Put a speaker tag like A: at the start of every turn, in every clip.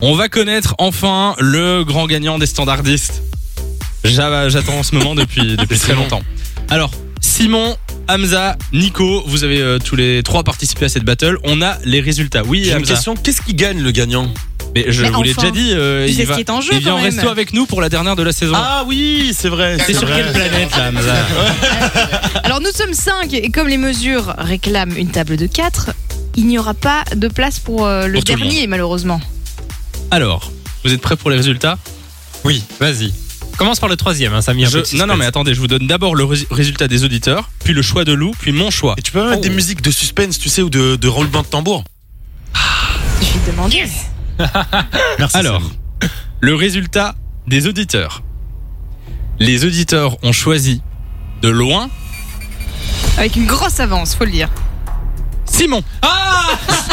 A: On va connaître enfin le grand gagnant des standardistes. J'a- J'attends ce moment depuis, depuis très longtemps. Alors, Simon, Hamza, Nico, vous avez euh, tous les trois participé à cette battle. On a les résultats. Oui,
B: J'ai une
A: Hamza.
B: question, qu'est-ce qui gagne le gagnant
A: Mais je
C: Mais
A: vous l'ai
C: enfin,
A: déjà dit, euh,
C: Tu
A: il
C: sais ce
A: va.
C: qui est en jeu
A: Il vient
C: quand
A: en
C: même.
A: resto avec nous pour la dernière de la saison.
B: Ah oui, c'est vrai.
A: T'es sur quelle planète là, Hamza
C: Alors nous sommes 5 et comme les mesures réclament une table de 4, il n'y aura pas de place pour euh, le
A: Pour tout le
C: dernier malheureusement.
A: Alors, vous êtes prêts pour les résultats
B: Oui, vas-y.
D: Commence par le troisième, hein, ça
A: Je- Non, non, mais attendez, je vous donne d'abord le rés- résultat des auditeurs, puis le choix de Lou, puis mon choix.
B: Et tu peux mettre
A: Oh.
B: des musiques de suspense, tu sais, ou de, de roulement de tambour
C: Je vais te demander.
D: Merci.
A: Alors, le résultat des auditeurs. Les auditeurs ont choisi de loin
C: Avec une grosse avance, faut le dire.
A: Simon.
B: Ah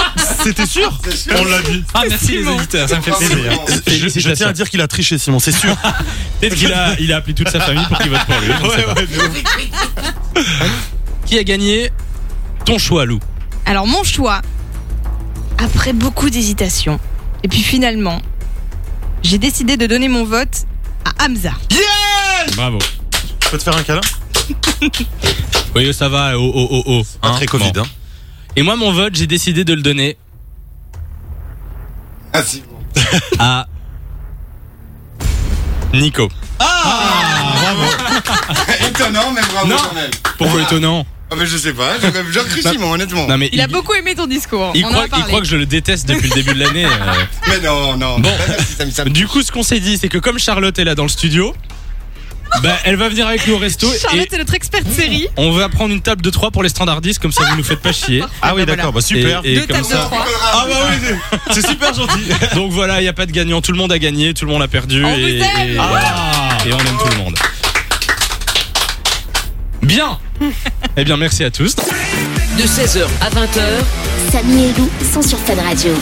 B: C'était sûr
D: on l'a dit. Ah, merci les
A: Simon.
D: auditeurs, ça me fait plaisir.
A: hein.
B: je, je tiens à dire qu'il a triché, Simon, c'est sûr.
A: Peut-être qu'il a, il a appelé toute sa famille pour qu'il vote pour lui. on ne sait pas. Qui a gagné ton choix, Lou
C: Alors mon choix, après beaucoup d'hésitation, et puis finalement, j'ai décidé de donner mon vote à Hamza.
A: Bravo.
B: Je peux te faire un câlin
A: Oui, ça va. Oh, oh, oh, oh.
B: Un
A: hein,
B: Très Covid,
A: bon.
B: hein.
A: Et moi, mon vote, j'ai décidé de le donner
E: Ah, si, bon.
A: à Nico.
E: Eh, Étonnant, mais bravo
A: Non.
E: quand même.
A: Pourquoi étonnant
E: Ah, mais je sais pas, j'aurais j'aurais cru Simon, honnêtement.
A: Non mais
C: Il a beaucoup aimé ton discours.
A: il
C: on en
A: croit,
C: a
A: il
C: parlé.
A: croit que je le déteste depuis le début de l'année. euh.
E: Mais non, non.
A: Bon.
E: Si ça me- ça me-
A: Du coup, ce qu'on s'est dit, c'est que comme Charlotte est là dans le studio, bah, elle va venir avec nous au resto et
C: Charlotte est notre experte série.
A: on va prendre une table de 3 pour les standardistes, comme ça vous nous faites pas chier.
B: Ah oui,
C: bah voilà.
B: d'accord, bah super.
A: Et, et
C: Deux
A: comme
C: tables de
A: ça.
C: trois.
B: Ah bah oui, c'est- c'est super gentil.
A: Donc voilà, il n'y a pas de gagnant, tout le monde a gagné, tout le monde a perdu.
C: On
A: et,
C: vous aime.
A: et- et on aime tout le monde. Bien Eh bien, merci à tous.
F: de 16h à 20h.
G: Samy et Lou sont sur Fun Radio.